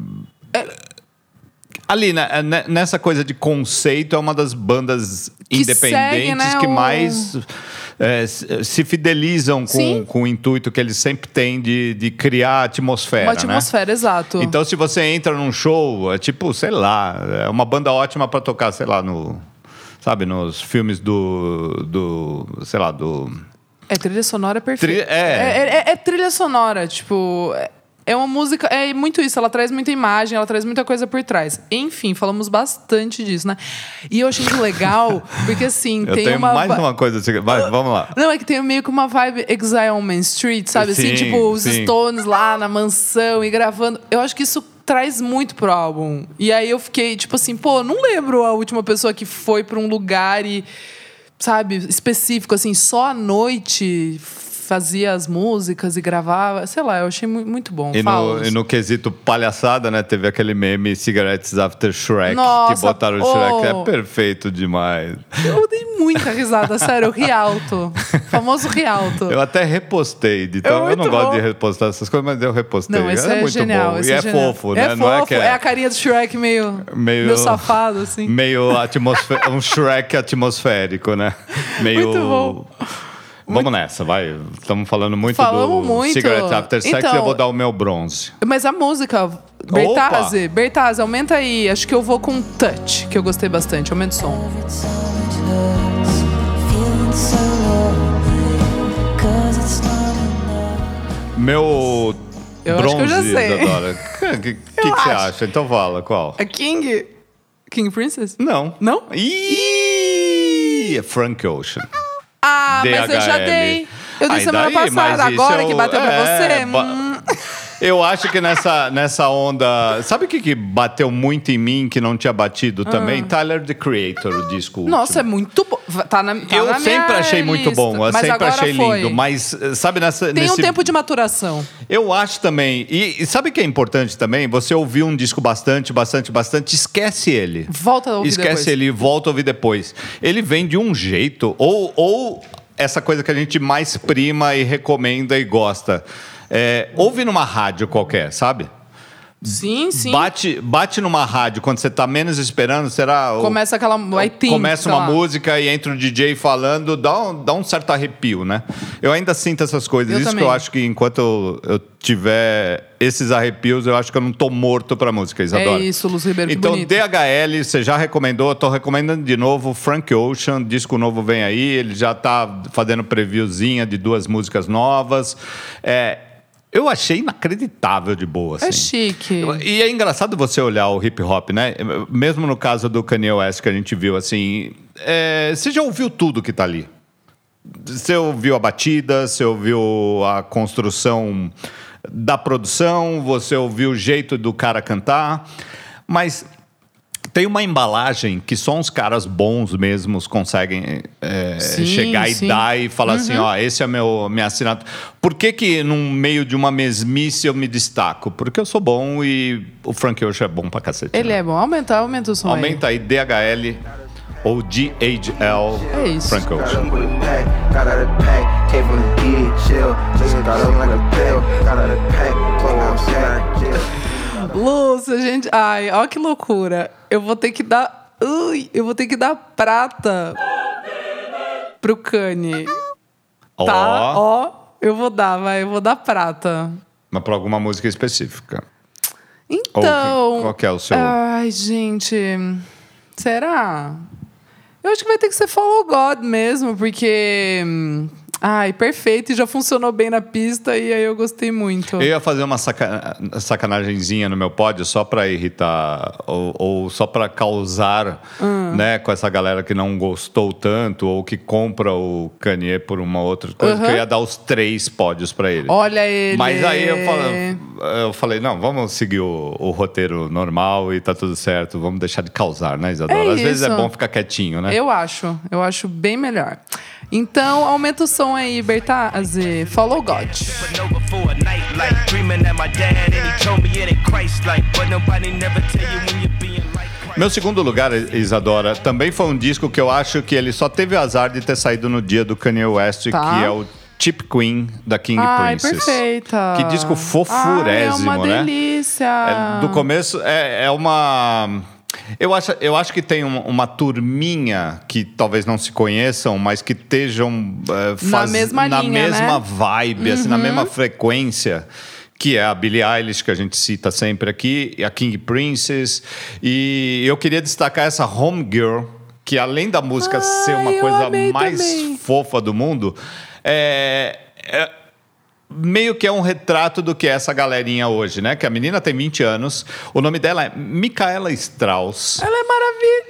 É.
Ali, né, né, nessa coisa de conceito, é uma das bandas
Que
independentes
segue, né,
que
o-
mais é, se se fidelizam com,
Sim.
com o intuito que eles sempre têm de, de criar atmosfera.
uma
né?
atmosfera, exato.
Então, se você entra num show, é tipo, sei lá, é uma banda ótima pra tocar, sei lá, no. Sabe, nos filmes do. do sei lá, do.
É trilha sonora perfeita.
Tri- é.
É, é- é trilha sonora, tipo. é- É uma música, é muito isso, ela traz muita imagem, ela traz muita coisa por trás. Enfim, falamos bastante disso, né? E eu achei muito legal, porque assim,
Eu
tem
tenho
uma.
mais
va-
uma coisa. assim, Vai, vamos lá.
Não, é que tem meio que uma vibe Exile on Main Street, sabe?
Sim,
assim, tipo, os
sim.
Stones lá na mansão e gravando. Eu acho que isso traz muito pro álbum. E aí eu fiquei, tipo assim, pô, não lembro a última pessoa que foi pra um lugar e, sabe, específico, assim, só à noite fazia as músicas e gravava. Sei lá, eu achei mu- muito bom.
E
Fala,
no,
Lúcio.
e no quesito palhaçada, né? Teve aquele meme Cigarettes After Shrek, que
Nossa,
botaram o
oh.
Shrek. É perfeito demais.
Eu dei muita risada, sério, Rialto. Famoso Rialto.
Eu até repostei, de tão- eu
É muito
não gosto
bom.
de repostar essas coisas, mas eu repostei.
Não, esse
é,
é,
muito
genial.
bom.
esse
e é,
genial.
fofo, né?
É
não é
fofo,
que é,
a carinha do Shrek meio,
Meio-
meio... safado, assim.
meio atmosfé- um Shrek atmosférico, né? Meio.
Muito bom.
Vamos nessa, vai. Estamos falando muito
Falamos
do
muito.
Cigarette After Sex
Então-
e eu vou dar o meu bronze.
Mas a música, Bertazzi, Bertazzi, aumenta aí. Acho que eu vou com Touch, que eu gostei bastante. Aumenta o som.
so much hurts, feeling so lonely, 'cause it's not enough.
Meu
Eu acho
bronze,
que eu já sei.
Isadora. O que, que,
Eu
que você
acho.
acha? Então fala, qual?
É King? King Princess?
Não.
Não?
Ih, é Frank Ocean.
Ah, mas eu já
DHL.
dei. Eu dei
Aí
semana
Ah, daí, mas
passada,
isso
agora
é o-
que bateu pra
é,
você.
ba-
hum.
Eu acho que nessa, nessa onda. Sabe o que, que bateu muito em mim que não tinha batido também? Tyler the Creator, o disco.
Ah. Nossa, é
último.
muito bom. Tá na, tá
Eu
na minha
sempre achei muito
lista,
bom, eu
mas
sempre
agora
achei
foi.
lindo, mas eh, sabe nessa
Tem
nesse
um tempo de maturação.
Eu acho também. E, e sabe o que é importante também? Você ouvir um disco bastante, bastante, bastante, esquece ele.
Volta a ouvir
Esquece
depois.
ele e volta a ouvir depois. Ele vem de um jeito, ou, ou essa coisa que a gente mais prima e recomenda e gosta. É, ouve numa rádio qualquer, sabe?
Sim, sim.
Bate, bate numa rádio quando você tá menos esperando, será? o-
Começa aquela. I tá. think,
Então, começa
sei
uma
lá.
música e entra o DJ falando, dá um, dá um certo arrepio, né? Eu ainda sinto essas coisas.
Eu
Isso
também.
que eu acho que enquanto eu, eu tiver esses arrepios, eu acho que eu não tô morto pra música, Isadora.
É isso, Luz Ribeiro, que
Então,
bonito.
DHL, você já recomendou, eu tô recomendando de novo Frank Ocean, disco novo vem aí, ele já tá fazendo previewzinha de duas músicas novas. É, eu achei inacreditável de boa, assim.
É chique.
E é engraçado você olhar o hip hop, né? Mesmo no caso do Kanye West que a gente viu, assim, é, você já ouviu tudo que tá ali. Você ouviu a batida, você ouviu a construção da produção, você ouviu o jeito do cara cantar, mas tem uma embalagem que só uns caras bons mesmos conseguem é,
Sim,
chegar e
sim.
dar e falar assim,
Uhum.
ó, esse é meu minha assinatura. Por que que no meio de uma mesmice eu me destaco? Porque eu sou bom e o Frank Ocean é bom pra cacete.
Ele
né?
é bom. Aumenta, aumenta o som. aí.
Aumenta aí DHL ou DHL
É isso.
Frank Ocean.
Got up with a pack, got out of pack, came from the DHL, Nigga got up like a bell, got out of pack, going outside jail.
Lúcia, gente. Ai, ó que loucura. Eu vou ter que dar. Ui, eu vou ter que dar prata pro Kanye. Tá?
Ó,
Ó, eu vou dar, vai. Eu vou dar prata.
mas pra alguma música específica. Ou
Então.
que- qual que é o seu-
Ai, gente. Será? Eu acho que vai ter que ser Follow God mesmo, porque. hum, Ai, perfeito, e já funcionou bem na pista, e aí eu gostei muito.
Eu ia fazer uma saca- sacanagemzinha no meu pódio só pra irritar ou, ou só pra causar,
Hum.
né, com essa galera que não gostou tanto ou que compra o Kanye por uma outra coisa,
Uhum.
que eu ia dar os três pódios pra ele.
Olha ele.
Mas aí eu falei, eu falei, não, vamos seguir o, o roteiro normal e tá tudo certo, vamos deixar de causar, né, Isadora?
É
Às vezes é
isso.
bom ficar quietinho, né?
Eu acho, eu acho bem melhor. Então, aumenta o som aí, Bertazzi. Follow God.
Been over for a night like dreaming at my dad and he told me it ain't Christ like but nobody never tell you when you're being like Christ.
Meu segundo lugar, Isadora, também foi um disco que eu acho que ele só teve azar de ter saído no dia do Kanye West,
Tá.
que é o Chip Queen da King
Ai,
Princess.
perfeita.
Que
Ai,
disco
é
fofurésimo,
uma
né?
delícia.
É,
Ah.
do começo é, é uma. Eu acho, eu acho que tem um- uma turminha que talvez não se conheçam, mas que estejam é, faz-
mesma
na
linha,
mesma
né?
vibe, assim, na mesma frequência, que é a Billie Eilish, que a gente cita sempre aqui, e a King Princess. E eu queria destacar essa Home Girl, que além da música ser uma
Ai, eu
coisa
amei
mais
também.
fofa do mundo, é- é, meio que é um retrato do que é essa galerinha hoje, né? Que a menina tem 20 anos, o nome dela é Micaela Strauss.
Ela é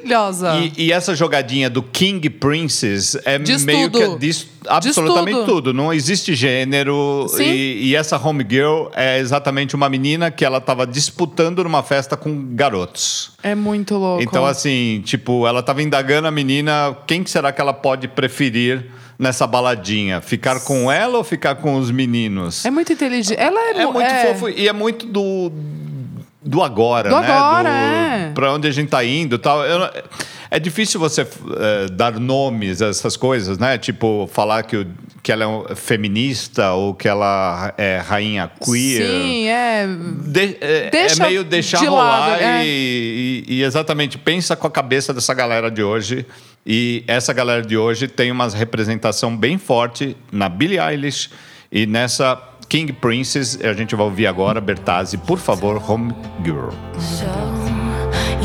maravilhosa.
E, e essa jogadinha do King Princess é
Diz
meio
tudo.
que diz
Diz
absolutamente
tudo.
tudo. Não existe gênero.
Sim.
E, e essa homegirl é exatamente uma menina que ela estava disputando numa festa com garotos.
É muito louco.
Então, assim, tipo, ela tava indagando a menina quem que será que ela pode preferir nessa baladinha. Ficar com ela ou ficar com os meninos?
É muito inteligente. Ela é,
É
mu-
muito fofo e é muito do do agora,
Do
né?
agora,
do,
é.
Pra onde a gente tá indo e tal. Eu não- é difícil você eh, dar nomes a essas coisas, né? Tipo, falar que, o- que ela é um- feminista ou que ela é rainha queer.
Sim, é.
De- é,
Deixa
é meio deixar
de
rolar
lado, é.
e, e- e exatamente pensa com a cabeça dessa galera de hoje. E essa galera de hoje tem uma representação bem forte na Billie Eilish e nessa King Princess. A gente vai ouvir agora, Bertazzi, por favor, Home Girl.
So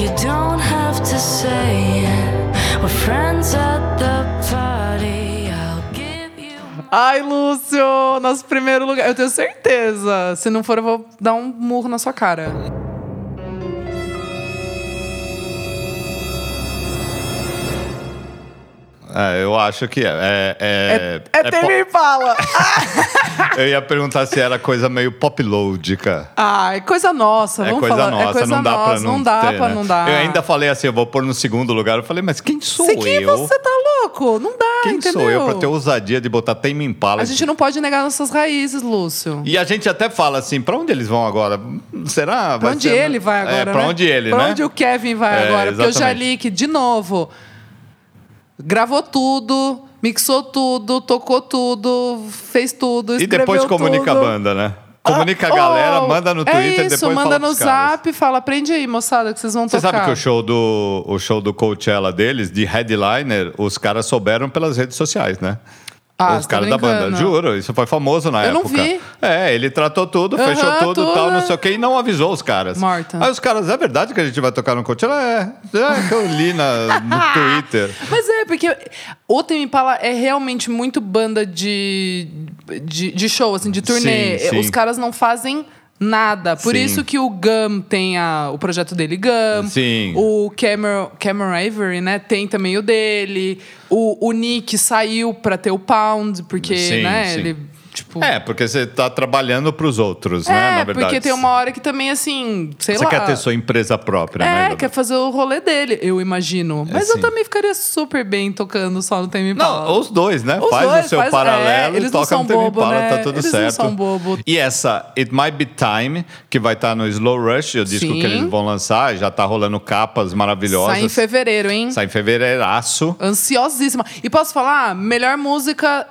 you don't have to say it. We're friends at the party. I'll give you.
Ai, Lúcio, nosso primeiro lugar. Eu tenho certeza. Se não for, eu vou dar um murro na sua cara.
É, eu acho que é. É, é,
É,
é
Tame
po-
Impala.
Eu ia perguntar se era coisa meio poplódica.
Ah, é coisa nossa.
É
vamos
coisa
falar.
nossa,
é coisa
não dá
nossa.
pra não
Não dá
ter,
pra
né?
não dar.
Eu ainda falei assim, eu vou pôr no segundo lugar. Eu falei, mas quem sou
Sei que
eu?
você tá louco. Não dá,
Quem
entendeu?
sou eu pra ter ousadia de botar Tame Impala?
A gente não pode negar nossas raízes, Lúcio.
E a gente até fala assim, pra onde eles vão agora? Será?
Pra onde
ser-
ele vai agora?
É, pra
né?
onde ele,
pra
né?
onde o Kevin vai
É,
agora? Porque eu já
exatamente.
li que, de novo, gravou tudo, mixou tudo, tocou tudo, fez tudo.
E
escreveu
depois comunica
tudo.
a banda, né? Comunica a
Ah,
galera,
oh,
manda no
é
Twitter,
isso,
depois
manda
fala
no
pros caras.
zap, fala, aprende aí, moçada, que vocês vão
Você
tocar.
sabe que o show do o show do Coachella deles, de headliner, os caras souberam pelas redes sociais, né?
Ah,
os
você tá
caras da banda,
brincando.
juro, isso foi famoso na
Eu não
época.
vi.
É, ele tratou tudo,
Aham,
fechou tudo,
tudo.
tal, não sei o que, e não avisou os caras.
Morta.
Aí os caras, é verdade que a gente vai tocar no Coachella? É, é que eu li na- no Twitter.
Mas é, porque o Tame Impala é realmente muito banda de, de, de show, assim, de turnê.
Sim, sim.
Os caras não fazem nada. Por
Sim.
isso que o Gum tem a, o projeto dele, Gum.
Sim.
O Cameron, Cameron Avery, né, tem também o dele. O, o Nick saiu pra ter o Pound, porque,
Sim,
né,
sim.
ele... Tipo,
É, porque você tá trabalhando pros outros, né?
É,
Na verdade.
porque tem uma hora que também, assim, sei
Você
lá...
quer ter sua empresa própria, né? É,
É, quer fazer o rolê dele, eu imagino. Mas eu
sim.
também ficaria super bem tocando só no Tame Impala.
Não, os dois, né?
Os
faz
dois,
o seu
faz-
paralelo
é, eles
e
não
toca
são
no Tame
bobo,
Impala,
né?
tá tudo
Eles não
certo.
são bobo.
E essa It Might Be Time, que vai estar no Slow Rush, o disco
Sim.
que eles vão lançar, já tá rolando capas maravilhosas.
Sai em fevereiro, hein?
Sai em fevereiraço.
Ansiosíssima. E posso falar? Ah, Melhor música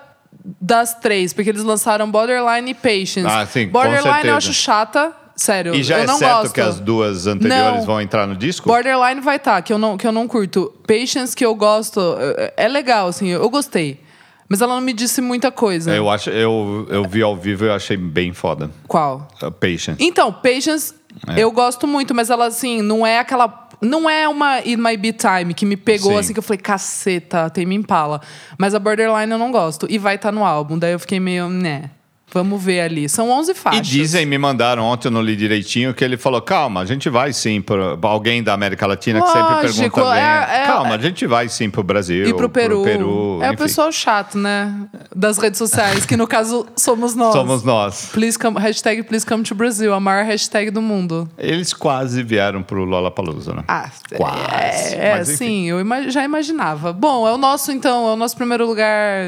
das três, porque eles lançaram Borderline e Patience.
Ah, sim, com
Borderline eu
certeza.
acho chata, sério.
E já
eu
é
não
certo
gosto.
que as duas anteriores
Não.
vão entrar no disco?
Borderline vai estar, que, eu não- que eu não curto. Patience, que eu gosto, é- é legal, assim, eu eu gostei. Mas ela não me disse muita coisa.
É, Eu, acho, eu, eu vi ao vivo e eu achei bem foda.
Qual?
Uh, Patience.
Então, Patience,
É.
eu gosto muito, mas ela, assim, não é aquela. Não é uma It My Be Time que me pegou
Sim.
assim que eu falei, caceta, tem me impala. Mas a Borderline eu não gosto. E vai estar no álbum. Daí eu fiquei meio, né? Vamos ver ali. São 11
E
faixas.
dizem, me mandaram ontem, eu não li direitinho, que ele falou: calma, a gente vai sim para alguém da América Latina que sempre
Lógico,
pergunta bem. né?
é- é-
calma, a gente vai sim pro Brasil.
E pro Peru. é o
enfim.
pessoal chato, né? Das redes sociais, que no caso somos nós.
Somos nós.
Please come, hashtag Please Come to Brazil, a maior hashtag do mundo.
Eles quase vieram pro Lollapalooza, né?
Ah,
Quase,
É, é
mas enfim.
sim, eu ima- já imaginava. Bom, é o nosso, então, é o nosso primeiro lugar.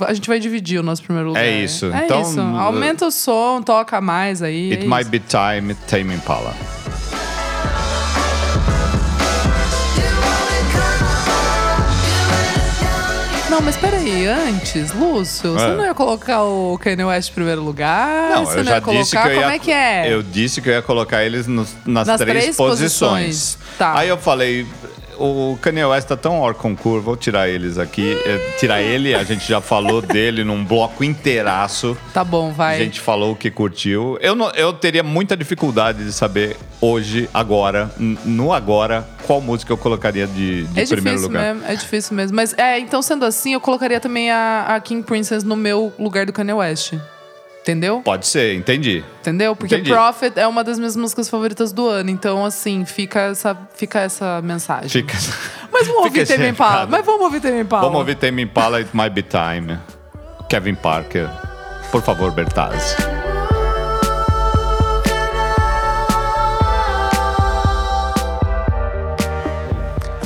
A gente vai dividir o nosso primeiro lugar.
isso,
É
então,
isso. Aumenta o som, toca mais aí.
It
é
might
isso.
be time, Tame Impala.
Não, mas peraí, antes, Lúcio, você
É.
não ia colocar o Kanye West em primeiro lugar?
Não,
você não
eu já
ia né? colocar?
disse que eu ia.
Como é que é?
Eu disse que eu ia colocar eles nos- nas,
Nas
três,
três
posições.
posições, tá.
Aí eu falei. O Kanye West tá tão hor concur, vou tirar eles aqui. Eh, Tirar ele, a gente já falou dele num bloco inteiraço.
Tá bom,
A
vai.
gente falou o que curtiu. Eu, não- eu teria muita dificuldade de saber hoje, agora, n- no agora, qual música eu colocaria de, de
é
primeiro
difícil
lugar.
mesmo, é difícil mesmo. Mas é, então sendo assim, eu colocaria também a, a King Princess no meu lugar do Kanye West. Entendeu?
Pode ser, entendi.
Entendeu? Porque
Entendi.
Prophet é uma das minhas músicas favoritas do ano. Então, assim, fica essa, fica essa mensagem.
Fica.
Mas vamos
Fica
ouvir
esse
Tame Impala.
recado.
Mas vamos ouvir Tame Impala.
Vamos ouvir Tame Impala, It Might Be Time. Kevin Parker. Por favor, Bertazzi.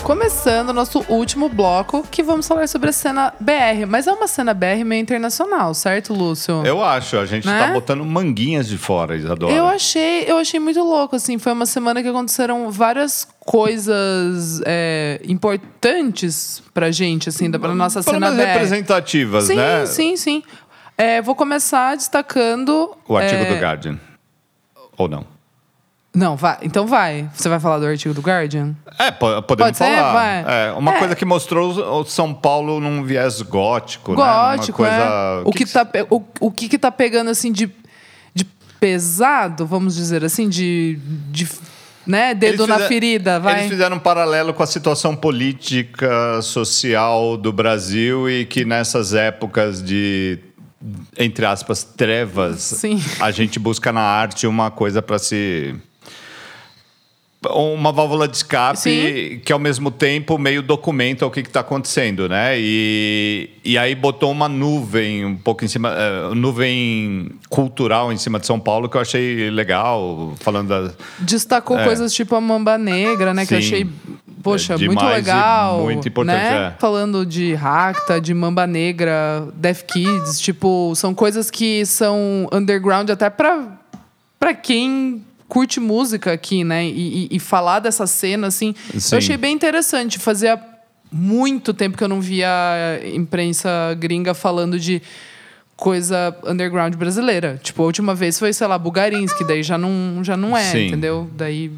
Começando o nosso último bloco, que vamos falar sobre a cena BR. Mas é uma cena BR meio internacional, certo, Lúcio?
Eu acho, a gente
Né?
tá botando manguinhas de fora, Isadora.
Eu achei, eu achei muito louco, assim. Foi uma semana que aconteceram várias coisas é, importantes pra gente, assim,
Hum,
da- pra nossa
Pelo
cena
menos
BR.
representativas,
Sim,
né?
sim, sim. É, vou começar destacando.
O artigo
é,
do Guardian. Ou não?
Não, vai. Então vai. Você vai falar do artigo do Guardian?
É, po-
Pode
podemos
ser?
falar.
Vai.
É, uma
É.
coisa que mostrou o o São Paulo num viés gótico,
Gótico,
né?
é.
Uma
O que, tá, pe- o, o que que tá pegando, assim, de, de pesado, vamos dizer assim, de... de né? Dedo
Eles
na
fize-
ferida,
Eles
vai.
fizeram um paralelo com a situação política, social do Brasil e que nessas épocas de entre aspas trevas,
Sim.
a gente busca na arte uma coisa para se uma válvula de escape
Sim.
que ao mesmo tempo meio documenta o que está acontecendo, né? E, e aí botou uma nuvem um pouco em cima, eh, nuvem cultural em cima de São Paulo que eu achei legal, falando da
Destacou
É.
coisas tipo a Mamba Negra, né? Que eu
Sim.
achei, poxa,
É
muito
demais e
legal.
muito importante,
né?
é.
Falando de Racta, de Mamba Negra, Deaf Kids, tipo, são coisas que são underground até pra, pra quem curte música aqui, né? E, e- e falar dessa cena, assim.
Sim.
Eu achei bem interessante. Fazia muito tempo que eu não via a imprensa gringa falando de coisa underground brasileira. Tipo, a última vez foi, sei lá, Bugarins, que daí já não, já não é,
Sim.
entendeu? Daí eu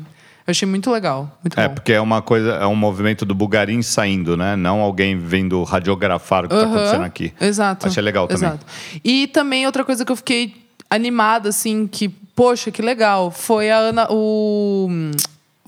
achei muito legal, muito
É,
bom.
porque é uma coisa, é um movimento do Bugarim saindo, né? Não alguém vindo radiografar o que está
Aham,
acontecendo aqui.
Exato.
Achei legal também.
Exato. E também outra coisa que eu fiquei animada, assim, que, poxa, que legal, foi a Ana. O.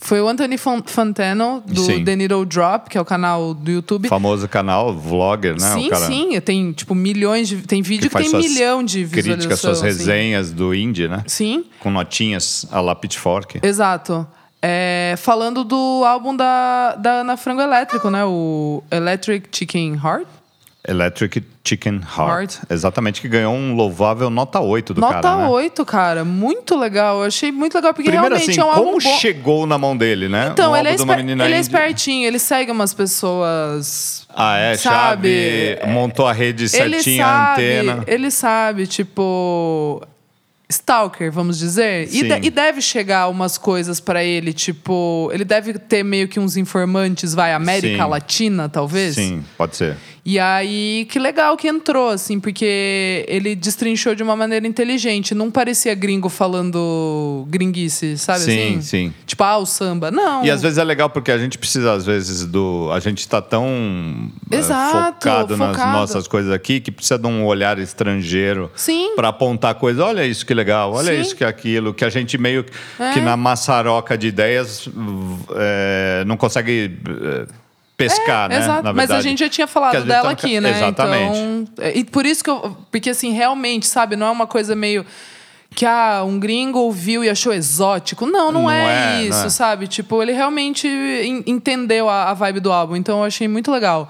Foi o Anthony Fan- Fantano, do
Sim.
The Needle Drop, que é o canal do YouTube.
Famoso canal, vlogger, né?
sim,
o cara
sim. Tem, tipo, milhões de. Tem vídeo que,
faz
tem
suas
milhão de visualizações.
Críticas, suas
assim.
resenhas do indie, né?
Sim.
Com notinhas a la Pitchfork.
Exato. É, falando do álbum da, da Ana Frango Elétrico, né? O Electric Chicken Heart.
Electric Chicken Heart.
Heart.
Exatamente, que ganhou um louvável nota 8 do
Nota
cara, né?
8, cara. Muito legal. Eu achei muito legal, porque
Primeiro
realmente
assim,
é um álbum
como
bom.
chegou na mão dele, né?
Então,
um
ele, é,
álbum de uma
esper-
menina
ele é
indie.
espertinho, ele segue umas pessoas.
Ah, é,
sabe?
um chave, montou a rede
ele
certinha, a
sabe,
antena.
Ele sabe, tipo. Stalker, vamos dizer. E,
Sim.
de- e deve chegar umas coisas pra ele, tipo. Ele deve ter meio que uns informantes, vai, América
Sim.
Latina, talvez.
Sim, pode ser.
E aí, que legal que entrou, assim, porque ele destrinchou de uma maneira inteligente. Não parecia gringo falando gringuice, sabe
Sim,
assim?
sim.
Tipo, ah, o samba. Não.
E às vezes é legal porque a gente precisa, às vezes, do. A gente está tão eh,
Exato,
focado nas
focado.
nossas coisas aqui que precisa de um olhar estrangeiro
Sim.
para apontar coisas. Olha isso que legal, olha
Sim.
isso que é aquilo, que a gente meio
É.
que na maçaroca de ideias v- eh, não consegue. eh, Pescar, né?
É, Exato,
na
mas a
verdade.
gente já tinha
Que a
falado
gente tá
dela
no ca-
aqui, né?
Exatamente.
Então, é, e por isso que eu. Porque, assim, realmente, sabe, não é uma coisa meio. Que ah, um gringo ouviu e achou exótico. Não, não,
Não
é,
é, não
isso,
é.
sabe? Tipo, ele realmente en- entendeu a, a vibe do álbum. Então, eu achei muito legal.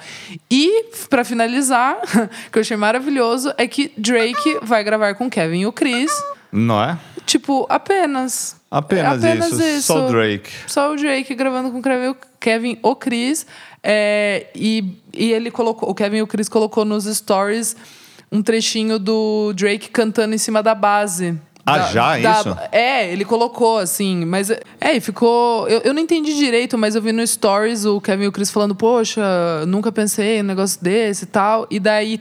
E, pra finalizar, que eu achei maravilhoso, é que Drake vai gravar com Kevin e o Chris.
Não é?
Tipo, É apenas.
Apenas, isso. Só o Drake.
Só o Drake gravando com o Kevin- Kevin o Chris. É, e, e ele colocou, o Kevin e o Chris colocou nos stories um trechinho do Drake cantando em cima da base.
Ah,
Da-
já é
da-
isso?
É, ele colocou, assim, mas... É, e ficou... Eu, eu não entendi direito, mas eu vi no Stories o Kevin e o Chris falando, poxa, nunca pensei em um negócio desse e tal. E daí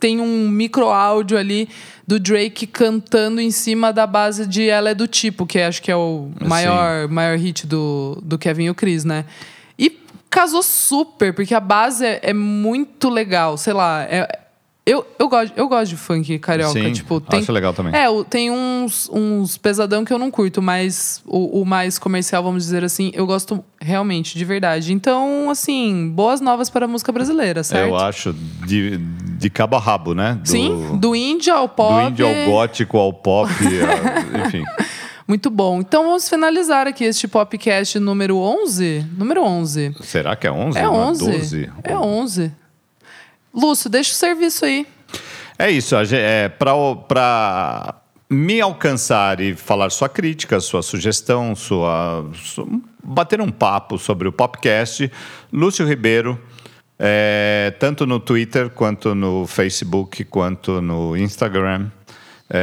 tem um micro áudio ali do Drake cantando em cima da base de Ela é do Tipo, que acho que é o maior, maior hit do, do Kevin e o Chris, né? E casou super, porque a base é, é muito legal, sei lá, é- eu, eu, gosto, eu gosto de funk carioca,
Sim,
tipo... Tem,
acho legal também.
É, o- tem uns, uns pesadão que eu não curto, mas o, o mais comercial, vamos dizer assim, eu gosto realmente, de verdade. Então, assim, boas novas para a música brasileira, certo?
É, Eu acho de, de cabo a rabo, né? Do,
Sim, do indie ao
do
pop.
indie ao gótico, ao pop, a- enfim.
Muito bom. Então vamos finalizar aqui este podcast número 11. Número 11.
Será que é 11?
É
Não
11.
12?
É 11. Lúcio, deixa o serviço aí.
É isso. a gen- É, Para me alcançar e falar sua crítica, sua sugestão, sua, su- bater um papo sobre o podcast, Lúcio Ribeiro, é, tanto no Twitter, quanto no Facebook, quanto no Instagram,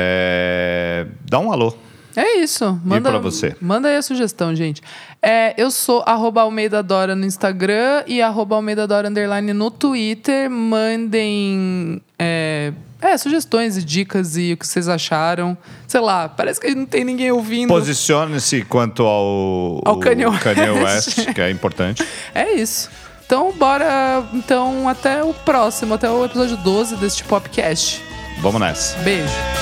é, dá um alô.
É isso. Manda,
pra você?
Manda aí a sugestão, gente. É, eu sou arroba Almeida Dora no Instagram e arroba Almeida Dora underline no Twitter. Mandem é, é, sugestões e dicas e o que vocês acharam. Sei lá, parece que não tem ninguém ouvindo.
Posicione-se quanto ao,
Ao Kanye
o Kanye
West.
West, que é importante.
É isso. Então, bora. Então, até o próximo, até o episódio 12 deste podcast.
Vamos nessa.
Beijo.